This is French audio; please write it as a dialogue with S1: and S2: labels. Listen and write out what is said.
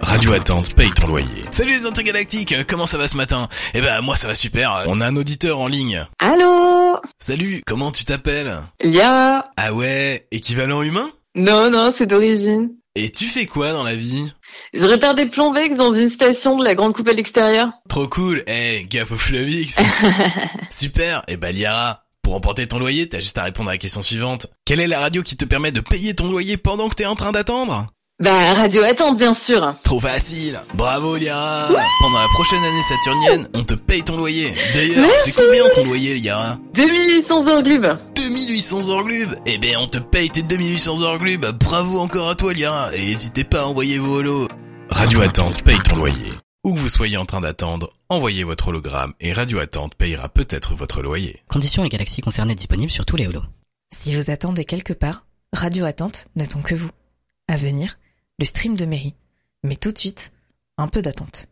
S1: Radio Attente paye ton loyer. Salut les intergalactiques, comment ça va ce matin Eh ben moi ça va super, on a un auditeur en ligne.
S2: Allô
S1: Salut, comment tu t'appelles
S2: Lia
S1: Ah ouais, équivalent humain
S2: Non, non, c'est d'origine.
S1: Et tu fais quoi dans la vie
S2: Je répare des plombs vex dans une station de la Grande Coupe à l'extérieur.
S1: Trop cool, eh gaffe au Flavix Super, eh ben Liara, pour emporter ton loyer, t'as juste à répondre à la question suivante. Quelle est la radio qui te permet de payer ton loyer pendant que t'es en train d'attendre
S2: Bah, radio attente, bien sûr.
S1: Trop facile Bravo Liara Pendant la prochaine année saturnienne, on te paye ton loyer. D'ailleurs, c'est combien ton loyer Liara
S2: 2800 orglubes.
S1: 2800 orglubes Eh ben on te paye tes 2800 orglubes Bravo encore à toi Liara Et n'hésitez pas à envoyer vos holos Radio Attente paye ton loyer. Où que vous soyez en train d'attendre, envoyez votre hologramme et Radio Attente payera peut-être votre loyer.
S3: Conditions et galaxies concernées disponibles sur tous les holos.
S4: Si vous attendez quelque part, Radio Attente n'attend que vous. À venir, le stream de mairie. Mais tout de suite, un peu d'attente.